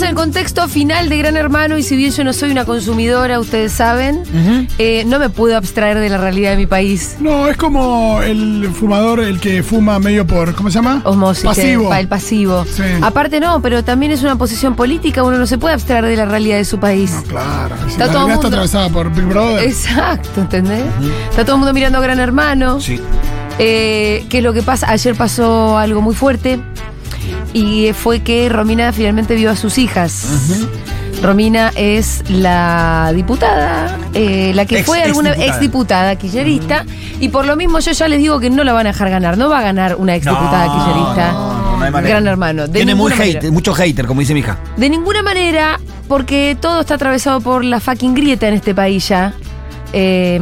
en el contexto final de Gran Hermano y si bien yo no soy una consumidora, ustedes saben, eh, no me puedo abstraer de la realidad de mi país. No, es como el fumador, el que fuma medio por. ¿Cómo se llama? Osmosis, Pasivo. el pasivo. Sí. Aparte no, pero también es una posición política, uno no se puede abstraer de la realidad de su país. No, claro. Si Está la todo realidad mundo- está atravesada por Big Brother. Exacto, ¿entendés? Está todo el mundo mirando a Gran Hermano. Sí. Eh, ¿Qué es lo que pasa? Ayer pasó algo muy fuerte y fue que Romina finalmente vio a sus hijas. Romina es la diputada, eh, la que Ex- fue alguna exdiputada. exdiputada quillerista, y por lo mismo yo ya les digo que no la van a dejar ganar, no va a ganar una exdiputada No, quillerista. no, no hay manera. Gran hermano. de Tiene muy ninguna manera. hate, mucho hater, como dice mi hija. De ninguna manera, porque todo está atravesado por la fucking grieta en este país ya. Eh,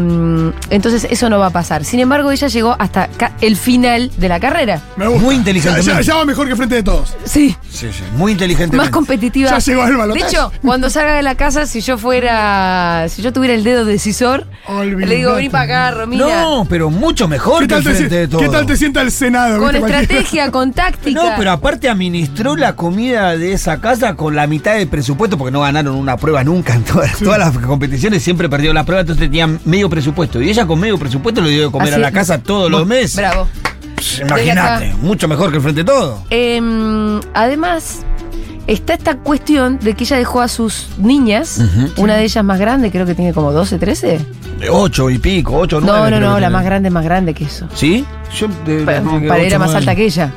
entonces eso no va a pasar. Sin embargo, ella llegó hasta ca- el final de la carrera. Me gusta. Muy inteligente. Ya, ya- ya va mejor que frente de todos. Sí. Sí, sí. Muy inteligente. Más competitiva. Ya llegó el de balotaje. hecho, cuando salga de la casa, si yo fuera, si yo tuviera el dedo decisor, Olvídate. le digo, vení para acá, Romina. No, pero mucho mejor ¿Qué que tal, el te, si- frente de todo. ¿Qué tal te sienta el Senado? con viste, cualquiera? estrategia, con táctica. No, pero aparte administró la comida de esa casa con la mitad del presupuesto, porque no ganaron una prueba nunca en todas, todas las competiciones, siempre perdió la prueba, entonces tenían medio presupuesto. Y ella con medio presupuesto le dio de comer Así a la es. casa todos los Vos- meses. Bravo. Pss, Imagínate, acá. mucho mejor que el frente de todo. Em, además, está esta cuestión de que ella dejó a sus niñas, una de ellas más grande, creo que tiene como 12, 13. De Ocho y pico, ocho, No, nueve. no, creo no, que la tiene. más grande es más grande que eso. ¿Sí? Yo, de- Pa- creo que Para era ocho, más nueve. alta que ella.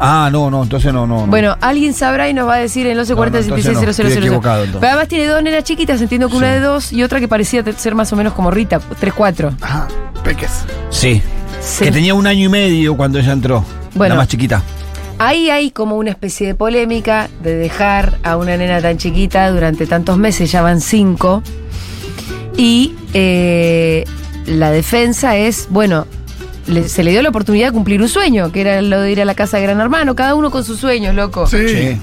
Ah, no, no, entonces no, no. no. Bueno, alguien sabrá y nos va a decir en el No, no, entonces no, 1140 estoy equivocado, entonces. Pero además tiene dos nenas chiquitas, entiendo que una de dos y otra que parecía te- ser más o menos como Rita, 3-4. Ajá, peques. Sí, Sí. Que tenía un año y medio cuando ella entró. Bueno. La más chiquita. Ahí hay como una especie de polémica de dejar a una nena tan chiquita durante tantos meses, ya van cinco. Y eh, la defensa es, bueno, le- se le dio la oportunidad de cumplir un sueño, que era lo de ir a la casa de Gran Hermano, cada uno con sus sueños, loco. Sí.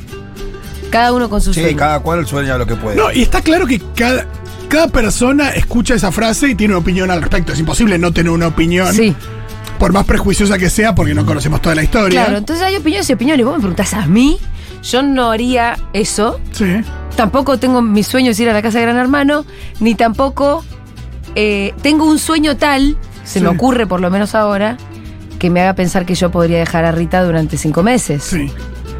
Cada uno con sus Sí, sueños. cada cual sueña lo que puede. No, y está claro que cada, cada persona escucha esa frase y tiene una opinión al respecto. Es imposible no tener una opinión, Sí, por más prejuiciosa que sea, porque no conocemos toda la historia. claro, entonces hay opiniones y opiniones. Vos me preguntás a mí, yo no haría eso. Sí. Tampoco tengo mis sueños ir a la casa de Gran Hermano, ni tampoco eh, tengo un sueño tal, se me Sí. ocurre por lo menos ahora, que me haga pensar que yo podría dejar a Rita durante cinco meses. Sí.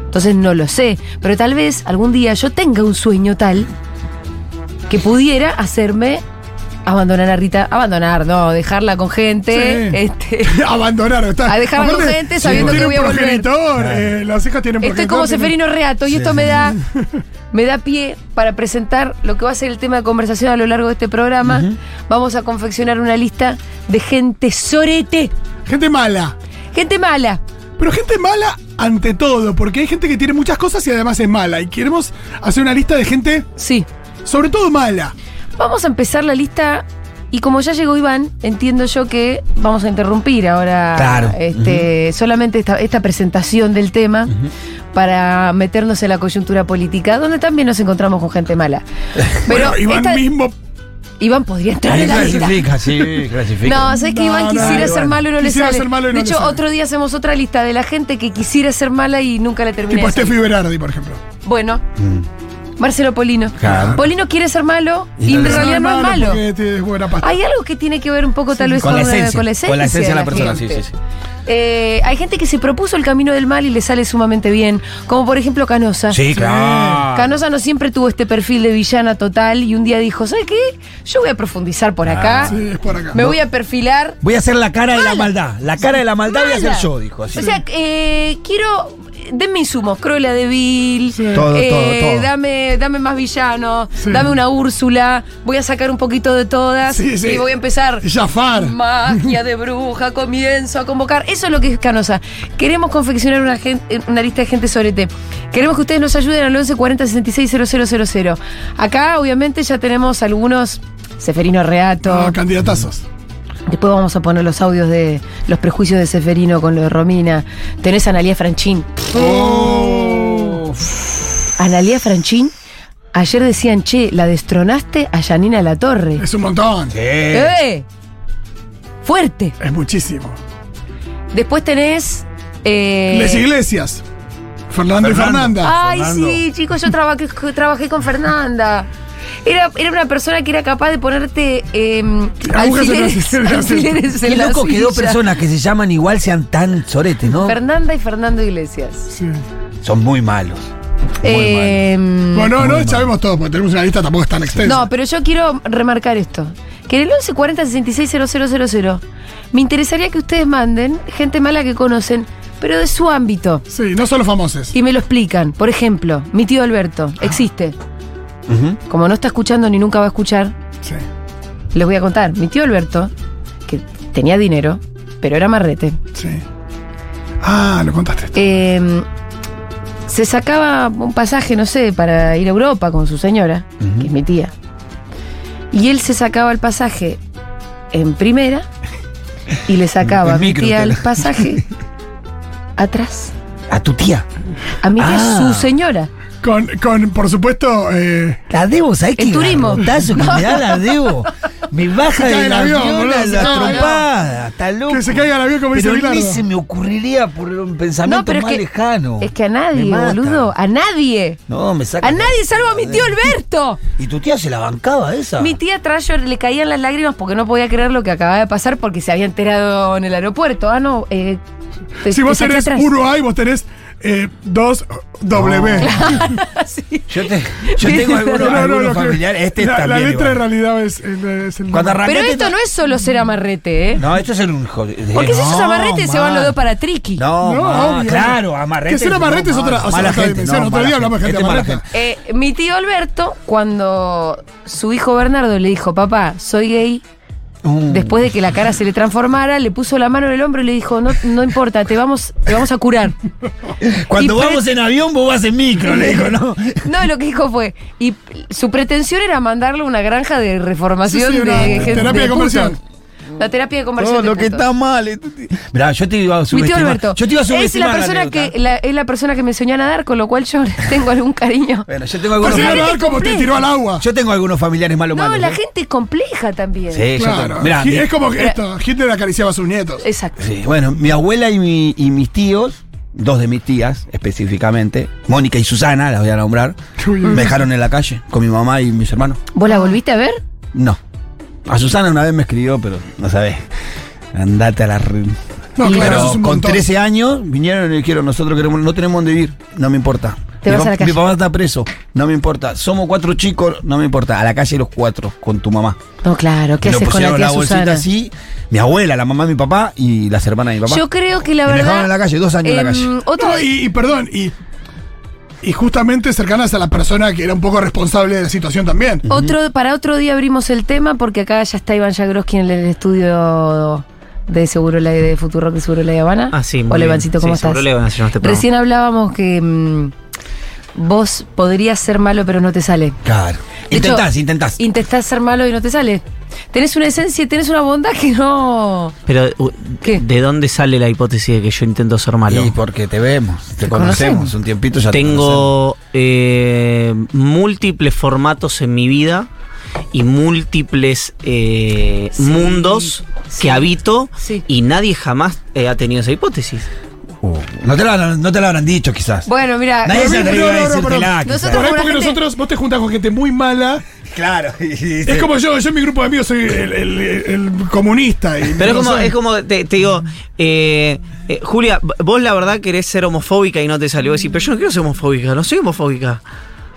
Entonces no lo sé, pero tal vez algún día yo tenga un sueño tal que pudiera hacerme abandonar a Rita, abandonar, no, dejarla con gente, Sí. este, Abandonar. Está. A dejar algo Aparte, gente sabiendo sí, que voy a tiene un volver. progenitor, eh, las hijas tienen Estoy como Seferino Reato y Sí. esto me da, me da pie para presentar lo que va a ser el tema de conversación a lo largo de este programa. Vamos a confeccionar una lista de gente sorete, Gente mala. gente mala. Pero gente mala ante todo, porque hay gente que tiene muchas cosas y además es mala. Y queremos hacer una lista de gente, Sí. sobre todo mala. Vamos a empezar la lista y como ya llegó Iván, entiendo yo que vamos a interrumpir ahora Claro. este, solamente esta, esta presentación del tema para meternos en la coyuntura política, donde también nos encontramos con gente mala. Pero bueno, Iván esta- mismo. Iván podría entrar Sí, en la lista. clasifica, sí, clasifica. No, sabes que No, Iván no, quisiera Iván. ser malo y no le Quisiera sale. ser malo y no de le hecho, sale. otro día hacemos otra lista de la gente que quisiera ser mala y nunca la termina. Tipo de hacer. Steffi Berardi, por ejemplo. Bueno, Mm. Marcelo Polino. Claro. Polino quiere ser malo y Y en no le realidad no es malo. porque te- es buena pasta. Hay algo que tiene que ver un poco tal vez Con con, la eh, esencia, con la con la esencia de la persona, sí, gente. sí, sí. Eh, hay gente que se propuso el camino del mal y le sale sumamente bien, como por ejemplo Canosa. Sí, claro. Canosa no siempre tuvo este perfil de villana total y un día dijo, ¿sabes qué? Yo voy a profundizar por acá, Ah, Sí, es por acá. me voy a perfilar Voy a hacer la cara de la maldad. La cara de la maldad voy a hacer Mala. yo, dijo así. O sea, eh, quiero. Denme insumos, Cruella de Vil, eh, Todo, todo, todo. Dame, dame más villanos, Sí. dame una Úrsula, voy a sacar un poquito de todas Sí, sí. y voy a empezar. Jafar. Magia de bruja, comienzo a convocar. Eso es lo que es Canosa. Queremos confeccionar una, gen- eh, una lista de gente sobre té. Queremos que ustedes nos ayuden al 11 40 66 000. Acá, obviamente, ya tenemos algunos. Seferino Reato. No, candidatazos. Después vamos a poner los audios de los prejuicios de Seferino con lo de Romina. Tenés a Analia Franchín. Oh. Analia Franchín, ayer decían, che, la destronaste a Yanina La Torre. Es un montón. Sí. ¡Eh! Fuerte. Es muchísimo. Después tenés. eh, Ah, Les Iglesias. Fernando y Fernanda. Ay, Fernando. sí, chicos, yo trabajé, trabajé con Fernanda. Era, era una persona que era capaz de ponerte eh, Agujas en la alfileres, silla. alfileres Qué en la loco que dos silla. personas que se llaman igual sean tan sorete, ¿no? Fernanda y Fernando Iglesias. Sí. Son muy malos. Muy Eh, Bueno, no, no sabemos todos, porque tenemos una lista tampoco es tan extensa. No, pero yo quiero remarcar esto. Que en el 1140 000 me interesaría que ustedes manden gente mala que conocen, pero de su ámbito. Sí, no solo famosos. Y me lo explican. Por ejemplo, mi tío Alberto existe. malos. Ujú. Como no está escuchando ni nunca va a escuchar, Sí. les voy a contar. Mi tío Alberto, que tenía dinero, pero era marrete, Sí. Ah, lo contaste. eh, se sacaba un pasaje, no sé, para ir a Europa con su señora, Ujú. que es mi tía. Y él se sacaba el pasaje en primera y le sacaba a En mi micro, tía te el lo- pasaje atrás. A tu tía. A mi tía, Ah. su señora. Con, con, por supuesto, eh, La debo, ¿sabes El qué? turismo. Garrotazo que me da la debo. Me baja Se cae del el avión, avión, boludo, a se la cae el avión. trompada. Está loco. que se caiga el avión como dice Pero Bilardo. ni se me ocurriría por un pensamiento No, pero es más que, lejano. es que a Me nadie, mata. boludo, a nadie. No, me saca. A nadie salvo a mi tío Alberto. ¿Y tu tía se la bancaba esa? Mi tía Trayor le caían las lágrimas porque no podía creer lo que acababa de pasar porque se había enterado en el aeropuerto. Ah, no. eh, te- Si te vos saqué tenés atrás. uno A y vos tenés eh, dos W. Sí. Yo, te- yo tengo algunos, No, no, algunos lo que- familiares. Este la, la también. letra de igual. realidad es, eh, es el. Cuando nombre. Pero arrancaste- esto no es solo ser amarrete, ¿eh? No, esto es el un joder. porque si sos No, amarrete se van mal. los dos para triqui. No, No, ma, obvio. claro, amarrete. Que ser amarrete es otra- o sea, mala otra gente, dimensión, otro mala día hablamos de gente Este es mala amarrete. Eh, mi tío Alberto, cuando su hijo Bernardo le dijo, papá, soy gay, Uh, después de que la cara se le transformara, le puso la mano en el hombro y le dijo, no, no importa, te vamos, te vamos a curar. Cuando y pre- vamos en avión, vos vas en micro, le digo, ¿no? No, lo que dijo fue, y p- su pretensión era mandarlo a una granja de reformación Sí, sí, una de gente- terapia de conversión. putos. La terapia de conversión. Todo de lo que putos. está mal. es- Mirá, yo te iba a Mi tío subestimar. Alberto yo te iba a es la subestimar persona anécdota. que la- es la persona que me enseñó a nadar, con lo cual yo le tengo algún cariño. Bueno, yo tengo Pero algunos, si Pero no, es no, como te complejo. tiró al agua. yo tengo algunos familiares malo No, malos. la ¿eh? gente es compleja también. Sí, yo Claro. tengo. Mirá, Y mi- es como que esto: Hitler acariciaba a sus nietos. Exacto. Sí, bueno, mi abuela y, mi- y mis tíos, dos de mis tías específicamente, Mónica y Susana, las voy a nombrar, Uy. me dejaron en la calle con mi mamá y mis hermanos. ¿Vos la volviste a ver? No. A Susana una vez me escribió, pero no sabés. Andate a la re- No, Y- claro, Pero eso es un con montón. 13 años vinieron y dijeron, nosotros queremos, no tenemos dónde vivir, no me importa. Te mi, vas pa- a la calle. mi papá está preso, no me importa. Somos cuatro chicos, no me importa. A la calle los cuatro, con tu mamá. No, claro, ¿qué Y lo haces con la pusieron tía en bolsita Susana? así, mi abuela, la mamá de mi papá y las hermanas de mi papá. Yo creo que la Y me verdad. dejaron en la calle, dos años en la em, calle. Otro No, y, y perdón, y, y justamente cercanas a la persona que era un poco responsable de la situación también. Otro, para otro día abrimos el tema porque acá ya está Iván Jagroski en el estudio de Seguro La de Futuro de Seguro La Habana. Ah, sí, muy Hola bien. Ivancito, ¿cómo Sí, estás? Seguro Le van a hacer este programa. Recién hablábamos que mm, vos podrías ser malo pero no te sale. Claro. De intentás, hecho, intentás. Intentás ser malo y no te sale. Tenés una esencia, y tenés una bondad que no... Pero, u- ¿Qué? ¿de dónde sale la hipótesis de que yo intento ser malo? Y porque te vemos, te, Te conocemos, conocemos. un tiempito ya te conocemos. Tengo eh, múltiples formatos en mi vida y múltiples eh, Sí, mundos sí. que habito Sí. y nadie jamás eh, ha tenido esa hipótesis. Uh, no, te lo, habrán- no te lo habrán dicho quizás. Bueno, mira, Nadie se no, atrevió no, a no, decírtela, pero- Por quizás. ahí con la porque gente- nosotros, vos te juntás con gente muy mala. Claro. y- y- Es como yo, yo en mi grupo de amigos soy el, el- el comunista. y Pero es no como, soy. es como te, te digo, eh, eh, Julia, v- vos la verdad querés ser homofóbica y no te salió. Vos decís, pero yo no quiero ser homofóbica, no soy homofóbica.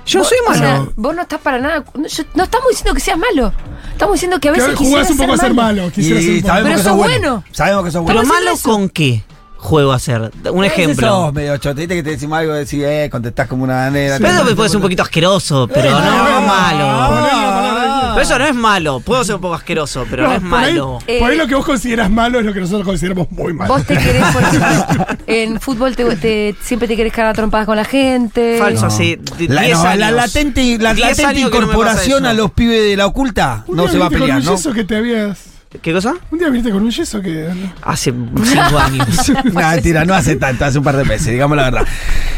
Yo no vos- soy o sea, malo. vos no estás para nada... No, yo- no estamos diciendo que seas malo. Estamos diciendo que a Que veces... jugás quisieras un poco a ser malo. y quisieras ser un poco- sabemos Pero que sos sos bueno. Sabemos que sos bueno. Pero Estamos malo haciendo con qué juego hacer. Un A veces ejemplo. Sos medio choto, viste que te decimos algo, decís, eh, contestás como una nena. Pero puede ser un poquito asqueroso, pero no, no, es malo. Ah. Pero eso no es malo. Puedo ser un poco asqueroso, pero no, es por ahí- malo. Por Eh, ahí, lo que vos consideras malo es lo que nosotros consideramos muy malo. Vos te querés, por ejemplo, en fútbol te, te- siempre te querés cagar a trompadas con la gente. Falso, No. hace d- La, 10 no, la años. latente, la 10 latente años que no me incorporación pasa a eso. los pibes de la oculta Un no día se va a viniste pelear, con un ¿no? yeso que te habías. ¿Qué cosa? Un día viniste con un yeso que. Hace 5 años. No, mentira, no hace tanto, hace un par de meses, digamos la verdad.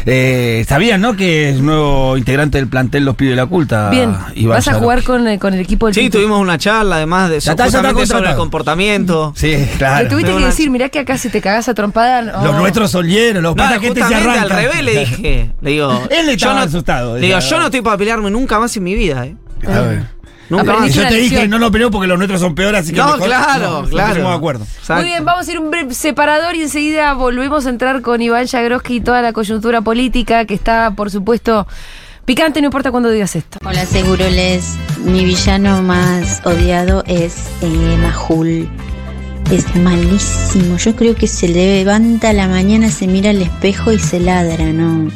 Eh, Sabían, ¿no? Que es nuevo integrante del plantel Los Pibes de la Culta. Bien, Iván vas a Yaroqui. jugar con, eh, con el equipo del Sí, Tito. tuvimos una charla además de Ya está, ya está justamente sobre el contratado. comportamiento. Sí, Le claro. tuviste No, que no. decir, mirá que acá si te cagás a trompada. no. Oh. Los nuestros son llenos, los No, pasa que este se justamente arranca. al revés le dije. Le digo. Él estaba yo no- asustado, Le digo, decía. yo no estoy para pelearme nunca más en mi vida, ¿eh? A ver. Nunca Aprendí que- Y más. yo una te dije, lección. no lo peleo porque los nuestros son peores, así que No, mejor- claro, no, claro. Estamos de acuerdo. Exacto. Muy bien, vamos a ir a un breve separador y enseguida volvemos a entrar con Iván Yagroski y toda la coyuntura política que está, por supuesto, picante, no importa cuándo digas esto. Hola Seguroles, mi villano más odiado es eh, Majul. Es malísimo. Yo creo que se levanta a la mañana, se mira al espejo y se ladra, ¿no?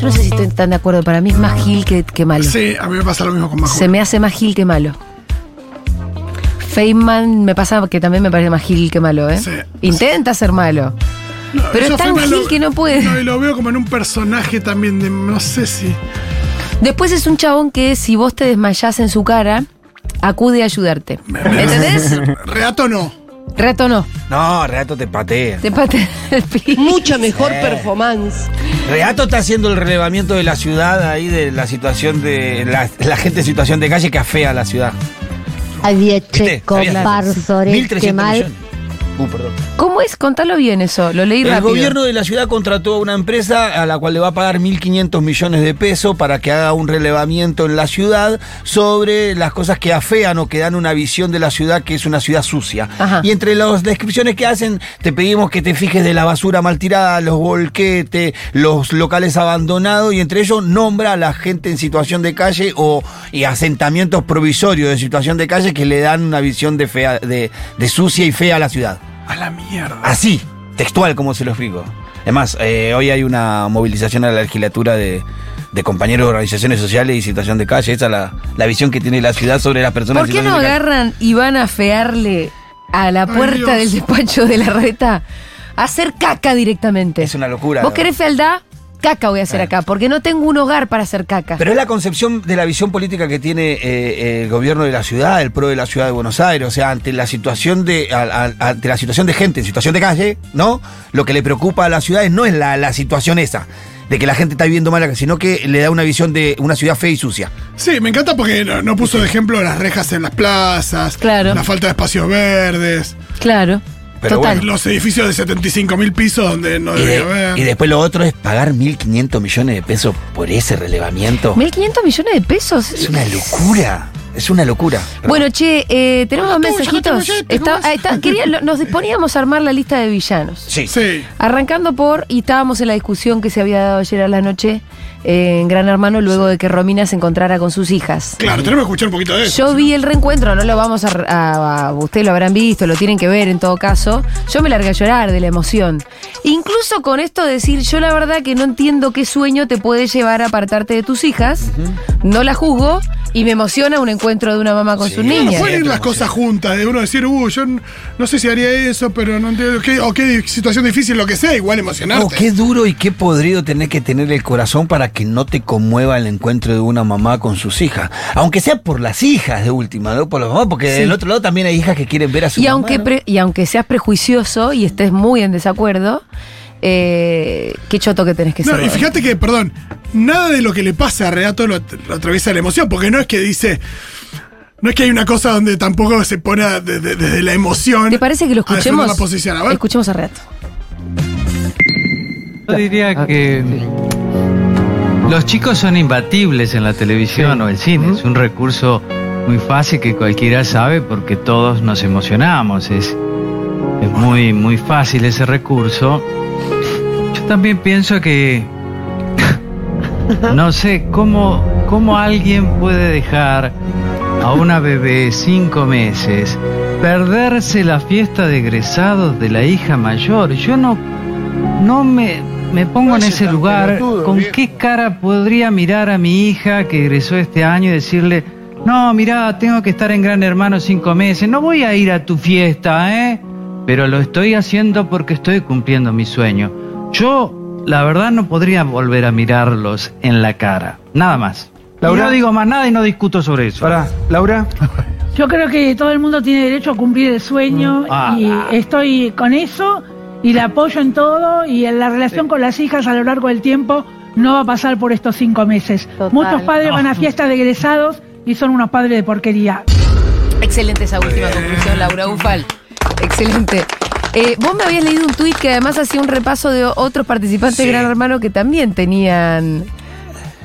Yo no sé si estoy tan de acuerdo, para mí es más gil que, que malo. Sí, a mí me pasa lo mismo con Majo. Se me hace más gil que malo. Feynman me pasa que también me parece más gil que malo, ¿eh? Sí. Intenta ser malo. No, Pero yo es tan Feynman gil que no puede. No, y lo veo como en un personaje también de no sé si. Después es un chabón que si vos te desmayás en su cara, acude a ayudarte. ¿Entendés? Reato no. Reto no. No, Reato te patea. Te pate el pi. Mucha mejor Sí. performance. Reato está haciendo el relevamiento de la ciudad ahí, de la situación de la, la gente en situación de calle que afea a la ciudad. Había ¿Viste? checo, ¿Sabías? parsores, qué 1.300 mal. millones. Uh, perdón. ¿Cómo es? Contalo bien eso, lo leí El rápido. gobierno de la ciudad contrató a una empresa a la cual le va a pagar 1.500 millones de pesos para que haga un relevamiento en la ciudad sobre las cosas que afean o que dan una visión de la ciudad que es una ciudad sucia. Ajá. Y entre las descripciones que hacen, te pedimos que te fijes de la basura mal tirada, los volquetes, los locales abandonados y entre ellos nombra a la gente en situación de calle o y asentamientos provisorios de situación de calle que le dan una visión de, fea, de, de sucia y fea a la ciudad. A la mierda. Así, textual, como se lo explico. Además, eh, hoy hay una movilización a la legislatura de, de compañeros de organizaciones sociales y situación de calle. Esa es la, la visión que tiene la ciudad sobre las personas. ¿Por en qué no situación de calle. agarran y van a fearle a la Ay, puerta Dios. del despacho de la reta? A hacer caca directamente. Es una locura. ¿Vos querés fealdad? Caca voy a hacer Eh. acá, porque no tengo un hogar para hacer caca. Pero es la concepción de la visión política que tiene eh, el gobierno de la ciudad, el PRO de la ciudad de Buenos Aires. O sea, ante la situación de a- a- ante la situación de gente en situación de calle, ¿no? Lo que le preocupa a las ciudades no es la, la situación esa, de que la gente está viviendo mal, acá, sino que le da una visión de una ciudad fea y sucia. Sí, me encanta porque no, no puso de ejemplo las rejas en las plazas, Claro. la falta de espacios verdes, Claro. Pero Total. bueno. los edificios de 75 mil pisos donde no Y, de- debe haber. y después lo otro es pagar 1.500 millones de pesos por ese relevamiento. 1.500 millones de pesos. Es una locura. Es una locura. Bueno, che, eh, tenemos dos Acá estoy, acá mensajitos. estoy, acá estoy, Está- ¿cómo ah, está- quería- lo- nos disponíamos a armar la lista de villanos. sí. Sí. Arrancando por, y estábamos en la discusión que se había dado ayer a la noche eh, en Gran Hermano luego de que Romina se encontrara con sus hijas. Claro, tenemos que escuchar un poquito de eso. Yo vi el reencuentro, no lo vamos a, a- a- Ustedes lo habrán visto, lo tienen que ver en todo caso. Yo me largué a llorar de la emoción. Incluso con esto decir, yo la verdad que no entiendo qué sueño te puede llevar a apartarte de tus hijas. No la juzgo y me emociona un encuentro de una mamá con Sí. sus No, no niñas. pueden ir las cosas juntas, de uno decir, uh, yo n- no sé si haría eso, pero no entiendo qué, o qué situación difícil, lo que sea, igual emocionarte. No, qué duro y qué podrido tener que tener el corazón para que no te conmueva el encuentro de una mamá con sus hijas. Aunque sea por las hijas de última, no por las mamás, porque del otro lado también hay hijas que quieren ver a su Y mamá, aunque, ¿no? pre- y aunque seas prejuicioso y estés muy en desacuerdo, eh, qué choto que tenés que No, ser. y Rodri. fíjate que, perdón, nada de lo que le pasa a Renato lo, at- lo atraviesa la emoción, porque no es que dice. No es que hay una cosa donde tampoco se pone a- de- de- desde la emoción. ¿Te parece que lo a defender escuchemos? la posición. A ver. Escuchemos a Renato. Yo diría que mm, los chicos son imbatibles en la televisión o el cine. Es un recurso muy fácil que cualquiera sabe porque todos nos emocionamos. Es, es muy, muy fácil ese recurso. Yo también pienso que no sé cómo, cómo alguien puede dejar a una bebé de cinco meses perderse la fiesta de egresados de la hija mayor. Yo no, no me, me pongo en ese lugar. ¿Con qué cara podría mirar a mi hija que egresó este año y decirle, no, mirá, tengo que estar en Gran Hermano cinco meses, no voy a ir a tu fiesta, ¿eh? Pero lo estoy haciendo porque estoy cumpliendo mi sueño. Yo, la verdad, no podría volver a mirarlos en la cara. Nada más. Y no digo más nada y no discuto sobre eso. Yo creo que todo el mundo tiene derecho a cumplir el sueño Mm. Ah. y estoy con eso y la apoyo en todo y en la relación con las hijas a lo largo del tiempo no va a pasar por estos cinco meses. Total. Muchos padres van a fiestas de egresados y son unos padres de porquería. Excelente esa última conclusión, Laura Bufal. Excelente. Eh, vos me habías leído un tuit que además hacía un repaso de otros participantes de Sí. Gran Hermano que también tenían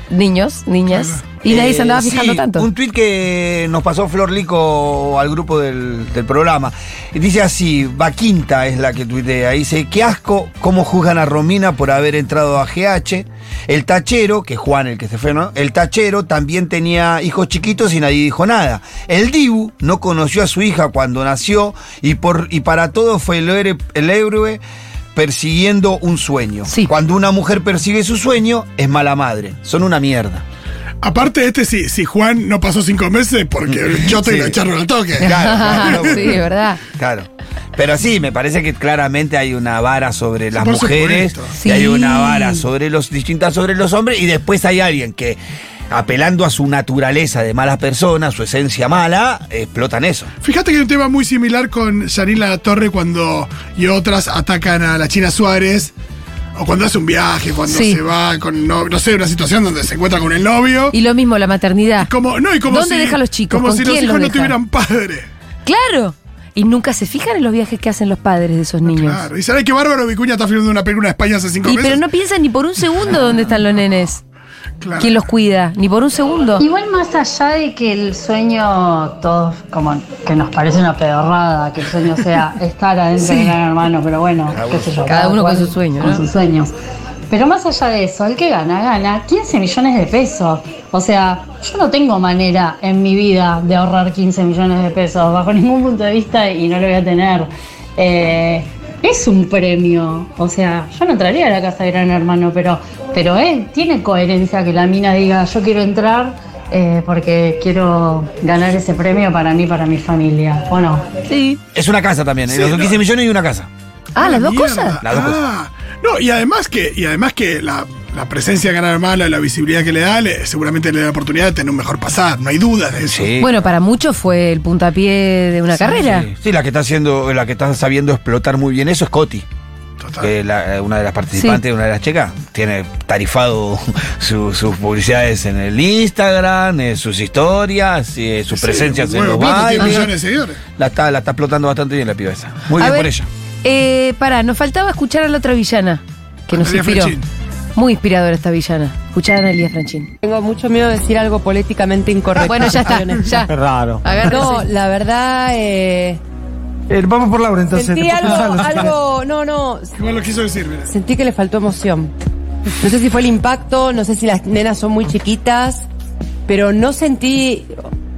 niños, niñas, y nadie se Eh, andaba fijando sí, tanto. Un tuit que nos pasó Flor Lico al grupo del, del programa. Dice así, Vaquinta es la que tuitea. Dice, qué asco cómo juzgan a Romina por haber entrado a GH. El tachero, que es Juan el que se fue, ¿no? El tachero también tenía hijos chiquitos y nadie dijo nada. El Dibu no conoció a su hija cuando nació y, por, y para todos fue el, héroe- el héroe persiguiendo un sueño. Sí. Cuando una mujer persigue su sueño, es mala madre. Son una mierda. Aparte, este, si, si Juan no pasó cinco meses, porque yo te Sí. lo echaron al toque. Claro, claro. sí, verdad. Claro. Pero sí, me parece que claramente hay una vara sobre las Por mujeres, supuesto. y hay una Sí. vara sobre los distintas sobre los hombres, y después hay alguien que apelando a su naturaleza de mala persona, su esencia mala, explotan eso. Fíjate que hay un tema muy similar con Yanila Torre cuando y otras atacan a la China Suárez. O cuando hace un viaje, cuando Sí. se va con no, no sé, una situación donde se encuentra con el novio. Y lo mismo la maternidad. como, no, y como ¿Dónde si, deja a los chicos? Como ¿Con si los quién hijos los no deja? tuvieran padre. Claro. Y nunca se fijan en los viajes que hacen los padres de esos niños. Claro. Y sabes que Bárbaro Vicuña está filmando una película de España hace cinco Y meses. pero no piensan ni por un segundo dónde están los nenes. Claro. ¿Quién los cuida? Ni por un segundo. Igual más allá de que el sueño, todos como que nos parece una pedorrada, que el sueño sea estar adentro de Gran Hermano, pero bueno, qué sé yo. Cada uno con cual su sueño, Con ¿no? sus sueños. Pero más allá de eso, el que gana, gana 15 millones de pesos. O sea, yo no tengo manera en mi vida de ahorrar 15 millones de pesos, bajo ningún punto de vista, y no lo voy a tener. Eh, es un premio. O sea, yo no entraría a la casa de Gran Hermano, pero, pero eh, tiene coherencia que la mina diga, yo quiero entrar eh, porque quiero ganar ese premio para mí, para mi familia. ¿O no? Sí. Es una casa también, ¿eh? Sí, los no. 15 millones y una casa. Ah, las dos Mierda. cosas. Las dos Ah, No, y además que, y además que la, la presencia de Gran Hermano, la visibilidad que le da, le- seguramente le da la oportunidad de tener un mejor pasar, no hay duda de eso. Sí. Bueno, para muchos fue el puntapié de una carrera. Sí, sí, la que está haciendo, la que está sabiendo explotar muy bien eso es Coti. Total. que la- eh, una de las participantes, una de las chicas, tiene tarifado su- sus publicidades en el Instagram, eh, sus historias, eh, sus Sí, presencias en huevo los plata, tiene bailes. millones de seguidores. La está, la está explotando bastante bien la piba esa. Muy A bien ver, por ella. Eh, pará, nos faltaba escuchar a la otra villana que nos Analia inspiró. Franchín. Muy inspiradora esta villana. Escuchar a Analia Franchín. Tengo mucho miedo de decir algo políticamente incorrecto. Bueno, ya está, ya. raro. No, Agarró. la verdad, eh, vamos por Laura entonces. sentí después algo, pensalo, si querés. algo, no, no, Igual lo quiso decir, mira. sentí que le faltó emoción. No sé si fue el impacto, no sé si las nenas son muy chiquitas, pero no sentí,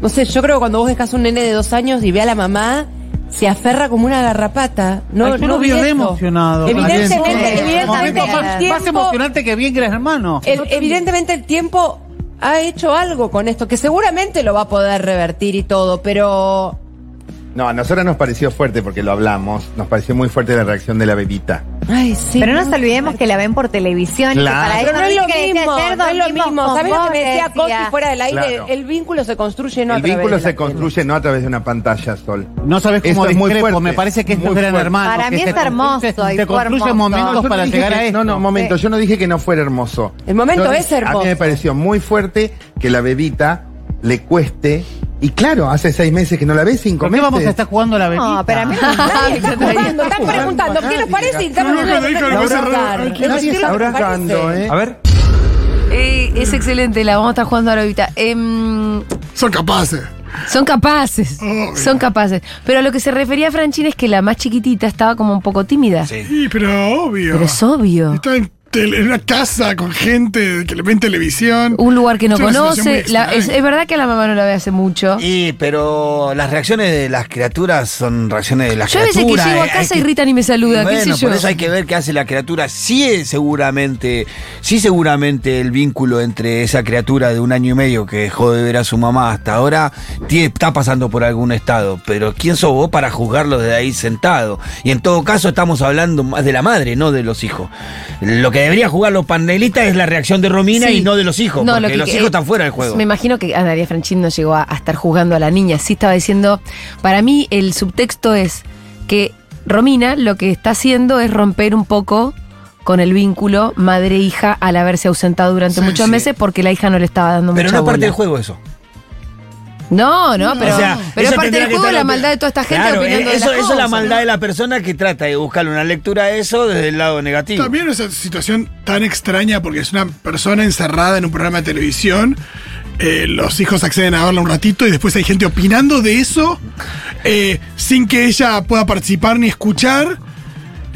no sé, yo creo que cuando vos dejás un nene de dos años y ve a la mamá, se aferra como una garrapata. No, Yo no lo vi vi re esto. emocionado. Evidentemente, evidentemente, Momento más, el más tiempo- emocionante que bien, gran hermano. El- evidentemente el tiempo ha hecho algo con esto, que seguramente lo va a poder revertir y todo, pero No, a nosotros nos pareció fuerte porque lo hablamos. Nos pareció muy fuerte la reacción de la bebita. ay sí. Pero no nos olvidemos que la ven por televisión. y que Claro. para Pero eso no es tiene lo que decir, mismo, "Ayer no es lo dormimos mismo. con ¿Sabés lo que me vos", decía Coti decía. fuera del aire? Claro. El vínculo se construye no a el través vínculo de la se tele. construye no a través de una pantalla, Sol. No sabes cómo Esto es muy discrepo, fuerte, me parece que esto muy es gran fuerte. hermano. Para que mí se es hermoso construye- y Se fue hermoso. construyen momentos Yo para dije llegar que- a esto. No, no, un momento, Sí. yo no dije que no fuera hermoso. El momento Yo es dije- A hermoso. mí me pareció muy fuerte que la bebita le cueste. Y claro, hace seis meses que no la ves, cinco ¿Por qué meses. vamos a estar jugando a la bebita? No, para mí Nadie está jugando, están Nadie está preguntando, ¿qué nos jugando, parece? nadie. Están No, no, hablando no, de no, lo que no, nos no, no, parece. no, no, Pero Nadie sí está lo que nos jugando, parece. ¿eh? A ver. Eh, es excelente, la vamos a estar jugando ahora ahorita. Em, Son capaces. son capaces. Obvio. Son capaces. Pero a lo que se refería Franchín es que la más chiquitita estaba como un poco tímida. Sí, pero obvio. Pero es obvio. Está en, tele- en una casa con gente que le ven televisión. Un lugar que no Es una situación conoce. muy la- extraña. es, es verdad que a la mamá no la ve hace mucho. Y, pero las reacciones de las criaturas son reacciones de las Yo a veces criaturas. que llego a eh, casa hay y Rita ni me saluda, qué Bueno, sé yo. Por eso hay que ver qué hace la criatura. Sí, es seguramente, sí, seguramente el vínculo entre esa criatura de un año y medio que dejó de ver a su mamá hasta ahora tie- está pasando por algún estado. Pero ¿quién sos vos para juzgarlo desde ahí sentado? Y en todo caso, estamos hablando más de la madre, no de los hijos. Lo que debería jugar los panelistas es la reacción de Romina Sí. y no de los hijos. No, porque lo que- los que- hijos están fuera del juego. Me imagino que Analia Franchín no llegó a, a estar juzgando a la niña. Sí estaba diciendo. Para mí, el subtexto es que Romina lo que está haciendo es romper un poco con el vínculo madre-hija al haberse ausentado durante Sí, muchos sí. meses porque la hija no le estaba dando Pero mucha no es parte bola. del juego eso. No, no, No. pero, O sea, pero eso es parte tendría del que juego estar- la maldad de toda esta gente Claro, opinando eh, de eso, las eso es la cosas, maldad ¿no? de la persona que trata de buscarle una lectura a eso desde el lado negativo. También esa situación tan extraña porque es una persona encerrada en un programa de televisión. eh, los hijos acceden a verla un ratito y después hay gente opinando de eso eh, sin que ella pueda participar ni escuchar.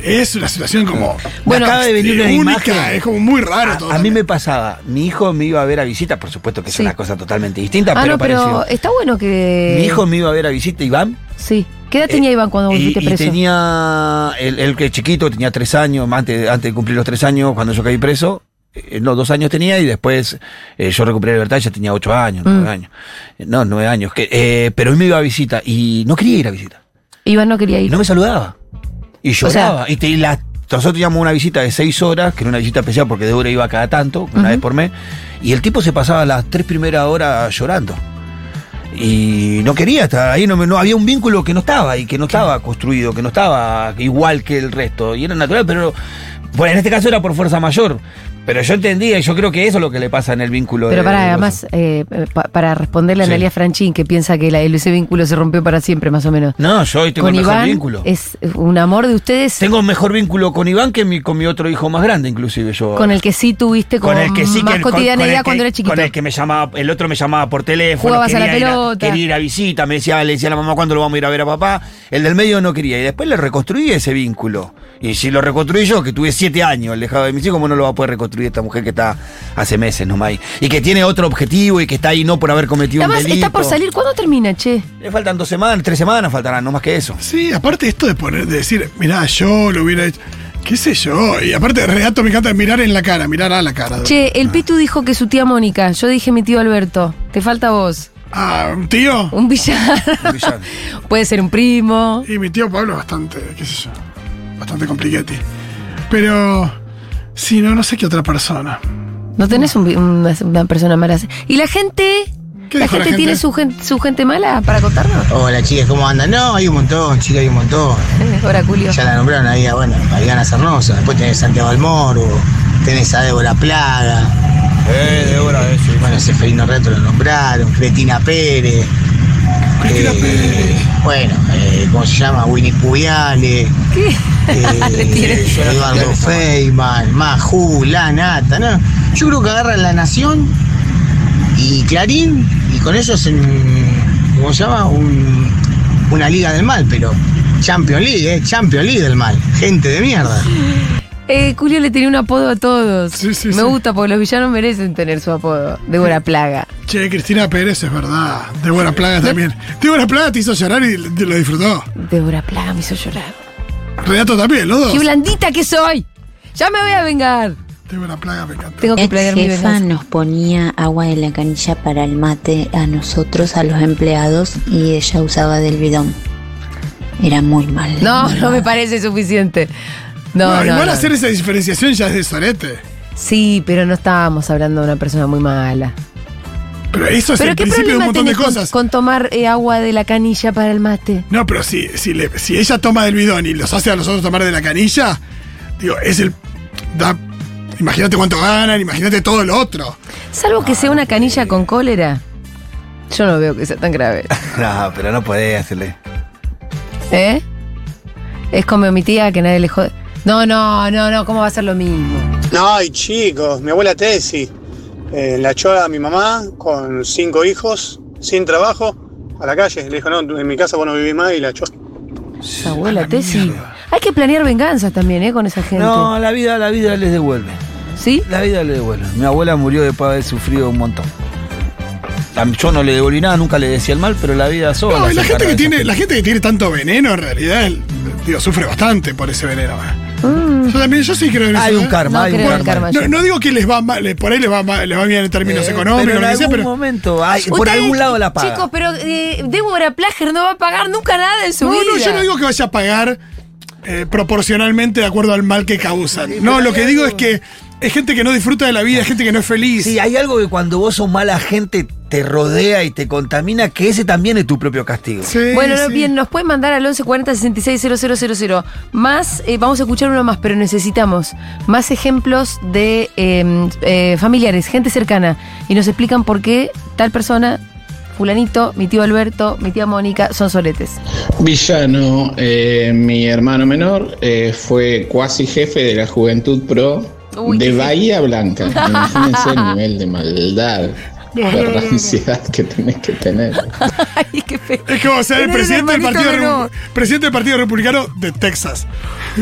Es una situación como. Bueno, acaba de venir este, una única, imagen. es como muy raro A- todo. A, mí me pasaba, mi hijo me iba a ver a visita, por supuesto que es Sí. una cosa totalmente distinta, Ah, pero no, parecido. pero eh, está bueno que. Mi hijo me iba a ver a visita, Iván, Sí. ¿Qué edad tenía Iván cuando Eh, y, volviste y preso? tenía, el, el que chiquito tenía tres años, más antes, antes de cumplir los tres años, cuando yo caí preso, eh, no, dos años tenía y después eh, yo recuperé la libertad, ya tenía ocho años, Mm. nueve años. Eh, No, nueve años. Que, eh, pero él me iba a visita y no quería ir a visita. Iván no quería Y ir. no me saludaba. Y sea- lloraba. y, te- y la- nosotros teníamos una visita de seis horas, que era una visita especial porque Débora iba cada tanto, una vez por mes. Y el tipo se pasaba las tres primeras horas llorando. Y no quería estar ahí, no, me- no había un vínculo que no estaba y que no estaba construido, que no estaba igual que el resto. Y era natural, pero bueno, en este caso era por fuerza mayor. Pero yo entendía y yo creo que eso es lo que le pasa en el vínculo. Pero de- de para, los- además, eh, pa- para responderle a Sí. Analia Franchín, que piensa que la, el- ese vínculo se rompió para siempre, más o menos. No, yo hoy tengo Con el mejor Iván vínculo. es un amor de ustedes Tengo un mejor vínculo con Iván que mi- con mi otro hijo más grande, inclusive yo. con el que sí tuviste como con el que más sí que, con- con el cotidianeidad que- cuando era chiquito. Con el que me llamaba, el otro me llamaba por teléfono. Jugabas a la quería ir pelota. quería ir a visita, me decía, le decía a la mamá cuándo lo vamos a ir a ver a papá. El del medio no quería. Y después le reconstruí ese vínculo. Y si lo reconstruí yo, que tuve siete años alejado de mis hijos, ¿cómo no lo va a poder reconstruir esta mujer que está hace meses nomás ahí? Y que tiene otro objetivo y que está ahí no por haber cometido Además, un delito. está por salir. ¿Cuándo termina, che? Le faltan dos semanas, tres semanas faltarán, no más que eso. Sí, aparte esto de poner, de decir, mirá, yo lo hubiera hecho. qué sé yo. Y aparte Renato me encanta mirar en la cara, mirar a la cara. Che, el Pitu dijo que su tía Mónica. Yo dije mi tío Alberto. Te falta vos. Ah, un tío. Un villano. Puede ser un primo. Y mi tío Pablo es bastante, qué sé yo, bastante compliquete. Pero si no, no sé qué otra persona. No tenés un vi- una, una persona mala. ¿Y la gente? ¿Qué ¿La gente, dijo la gente? tiene su, gen- su gente mala para contarnos? Hola chicas, ¿cómo andan? No, hay un montón, chicas, hay un montón. Ahora, Julio. Ya la nombraron ahí, a, bueno, a Diana Sarnosa, después tenés Santiago Almoro, tenés a Débora Plaga. Eh, Débora, eso. Bueno, Seferino Retro lo nombraron, Cretina Pérez. eh, Bueno, eh, ¿cómo se llama? Winnie Pubiale. ¿Qué? Eh, Eduardo Feynman, Maju, La Nata, ¿no? Yo creo que agarran La Nación y Clarín y con eso es un- ¿cómo se llama? Un- una liga del mal, pero Champions League, ¿eh? Champions League del mal. Gente de mierda. Eh, Julio le tenía un apodo a todos. Me gusta porque los villanos merecen tener su apodo. Débora Plaga. Che, Cristina Pérez es verdad. Débora Plaga también. Débora Plaga te hizo llorar y lo disfrutó. Débora Plaga me hizo llorar. Renato también, los dos. ¡Qué blandita que soy! ¡Ya me voy a vengar! Débora Plaga me encanta. Tengo que Ex planear mi jefa venganza. nos ponía agua de la canilla para el mate a nosotros, a los empleados, y ella usaba del bidón. Era muy mal. No, no me parece suficiente. No, No, no, igual no. hacer esa diferenciación ya es de sorete. Sí, pero no estábamos hablando de una persona muy mala. Pero eso es ¿Pero el qué principio de un problema montón de tenés con- cosas. Con, tomar eh, agua de la canilla para el mate? No, pero si, si, le- si ella toma del bidón y los hace a los otros tomar de la canilla, digo, es el. da- imagínate cuánto ganan, imagínate todo lo otro. Salvo que sea una canilla con cólera. Yo no veo que sea tan grave. No, pero no podés hacerle. ¿Eh? Es como mi tía que nadie le jode. No, no, no, no, ¿cómo va a ser lo mismo? No, y chicos, mi abuela Tessy, eh, la echó a mi mamá con cinco hijos, sin trabajo, a la calle. Le dijo, no, en mi casa vos no vivís más y la echó. Esa abuela, Tessy. Hay que planear venganzas también, ¿eh? Con esa gente. No, la vida, la vida les devuelve. ¿Sí? La vida les devuelve. Mi abuela murió después de haber sufrido un montón. A mí- Yo no le devolví nada, nunca le decía el mal, pero la vida sola. No, y se la gente encarga que de tiene, esas la gente que tiene tanto veneno en realidad, el- digo, sufre bastante por ese veneno. eh. Yo también, yo sí creo en eso. Mm. Hay un eh. karma, No hay un creo en el karma. karma, No, yo. no digo que les va mal, eh, por ahí les va mal, les va bien en términos Eh, económicos, pero en lo que sea, algún pero- momento, hay- por Ustedes, algún lado la paga. Chicos, pero eh, Débora Plager no va a pagar nunca nada en su No, vida. no, yo no digo que vaya a pagar eh, proporcionalmente de acuerdo al mal que causan. No, lo que digo es que es gente que no disfruta de la vida, es gente que no es feliz. Sí, hay algo que cuando vos sos mala gente te rodea y te contamina, que ese también es tu propio castigo. bueno, no, bien, nos pueden mandar al 1140 000 Más, eh, vamos a escuchar uno más, pero necesitamos más ejemplos de eh, eh, familiares, gente cercana, y nos explican por qué tal persona, fulanito, mi tío Alberto, mi tía Mónica, son soletes. Villano, eh, mi hermano menor, eh, fue cuasi jefe de la Juventud Pro Uy, de qué Bahía Blanca. Imagínense el nivel de maldad, la ansiedad que tenés que tener. Es como ser el Tener un presidente hermanito del, partido, menor. Repu- presidente del Partido Republicano de Texas.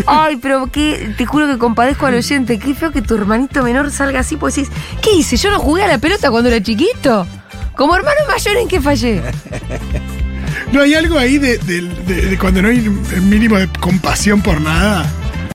Ay, pero que te juro que compadezco al oyente. Qué feo que tu hermanito menor salga así, pues decís, ¿qué hice? Yo no jugué a la pelota cuando era chiquito. Como hermano mayor, ¿en qué fallé? ¿No hay algo ahí de, del- de- de cuando no hay el mínimo de compasión por nada?